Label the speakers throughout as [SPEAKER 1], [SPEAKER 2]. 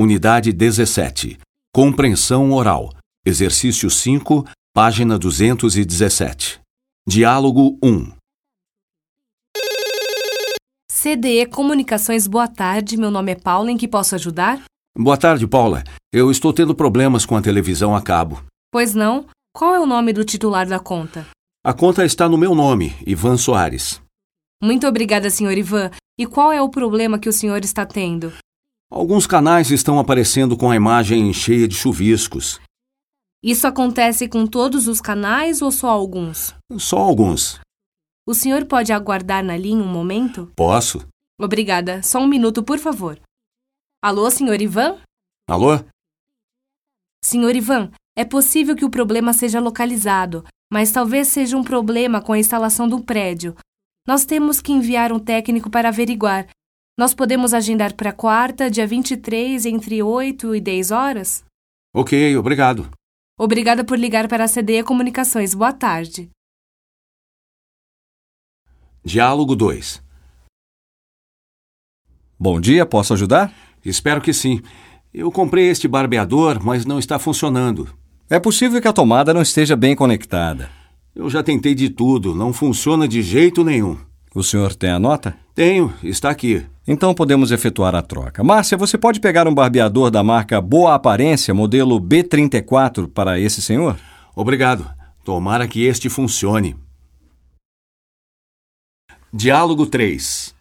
[SPEAKER 1] Unidade 17. Compreensão oral. Exercício 5, página 217. Diálogo 1.
[SPEAKER 2] CDE Comunicações, boa tarde. Meu nome é Paula, em que posso ajudar?
[SPEAKER 1] Boa tarde, Paula. Eu estou tendo problemas com a televisão a cabo.
[SPEAKER 2] Pois não? Qual é o nome do titular da conta?
[SPEAKER 1] A conta está no meu nome, Ivan Soares.
[SPEAKER 2] Muito obrigada, senhor Ivan. E qual é o problema que o senhor está tendo?
[SPEAKER 1] Alguns canais estão aparecendo com a imagem cheia de chuviscos.
[SPEAKER 2] Isso acontece com todos os canais ou só alguns?
[SPEAKER 1] Só alguns.
[SPEAKER 2] O senhor pode aguardar na linha um momento?
[SPEAKER 1] Posso?
[SPEAKER 2] Obrigada. Só um minuto, por favor. Alô, senhor Ivan?
[SPEAKER 1] Alô?
[SPEAKER 2] Senhor Ivan, é possível que o problema seja localizado, mas talvez seja um problema com a instalação do prédio. Nós temos que enviar um técnico para averiguar. Nós podemos agendar para quarta, dia 23, entre 8 e 10 horas?
[SPEAKER 1] Ok, obrigado.
[SPEAKER 2] Obrigada por ligar para a CDE Comunicações. Boa tarde.
[SPEAKER 1] Diálogo 2.
[SPEAKER 3] Bom dia, posso ajudar?
[SPEAKER 1] Espero que sim. Eu comprei este barbeador, mas não está funcionando.
[SPEAKER 3] É possível que a tomada não esteja bem conectada.
[SPEAKER 1] Eu já tentei de tudo, não funciona de jeito nenhum.
[SPEAKER 3] O senhor tem a nota?
[SPEAKER 1] Tenho, está aqui.
[SPEAKER 3] Então podemos efetuar a troca. Márcia, você pode pegar um barbeador da marca Boa Aparência, modelo B34, para esse senhor?
[SPEAKER 1] Obrigado. Tomara que este funcione. Diálogo 3.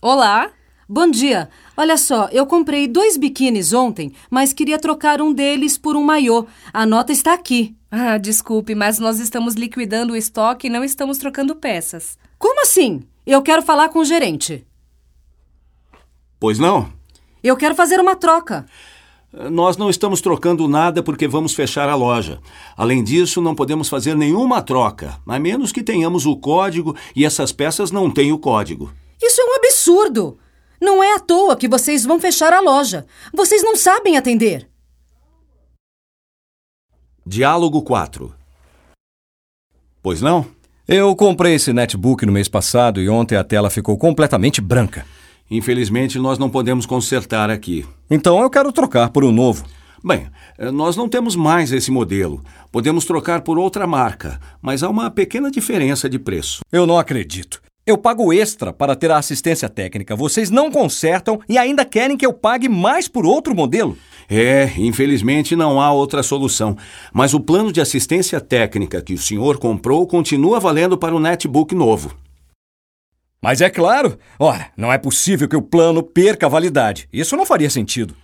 [SPEAKER 4] Olá! Bom dia! Olha só, eu comprei dois biquínis ontem, mas queria trocar um deles por um maiô. A nota está aqui.
[SPEAKER 2] Ah, desculpe, mas nós estamos liquidando o estoque e não estamos trocando peças.
[SPEAKER 4] Como assim? Eu quero falar com o gerente.
[SPEAKER 1] Pois não?
[SPEAKER 4] Eu quero fazer uma troca.
[SPEAKER 1] Nós não estamos trocando nada porque vamos fechar a loja. Além disso, não podemos fazer nenhuma troca, a menos que tenhamos o código e essas peças não têm o código.
[SPEAKER 4] Isso é um absurdo! Não é à toa que vocês vão fechar a loja. Vocês não sabem atender.
[SPEAKER 1] Diálogo 4. Pois não?
[SPEAKER 3] Eu comprei esse netbook no mês passado e ontem a tela ficou completamente branca.
[SPEAKER 1] Infelizmente, nós não podemos consertar aqui.
[SPEAKER 3] Então eu quero trocar por um novo.
[SPEAKER 1] Bem, eh, nós não temos mais esse modelo. Podemos trocar por outra marca, mas há uma pequena diferença de preço.
[SPEAKER 3] Eu não acredito. Eu pago extra para ter a assistência técnica. Vocês não consertam e ainda querem que eu pague mais por outro modelo?
[SPEAKER 1] É, infelizmente não há outra solução. Mas o plano de assistência técnica que o senhor comprou continua valendo para o netbook novo.
[SPEAKER 3] Mas é claro! Ora, não é possível que o plano perca a validade. Isso não faria sentido.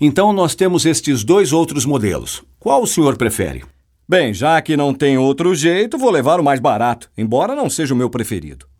[SPEAKER 1] Então nós temos estes dois outros modelos. Qual o senhor prefere?
[SPEAKER 3] Bem, já que não tem outro jeito, vou levar o mais barato, embora não seja o meu preferido.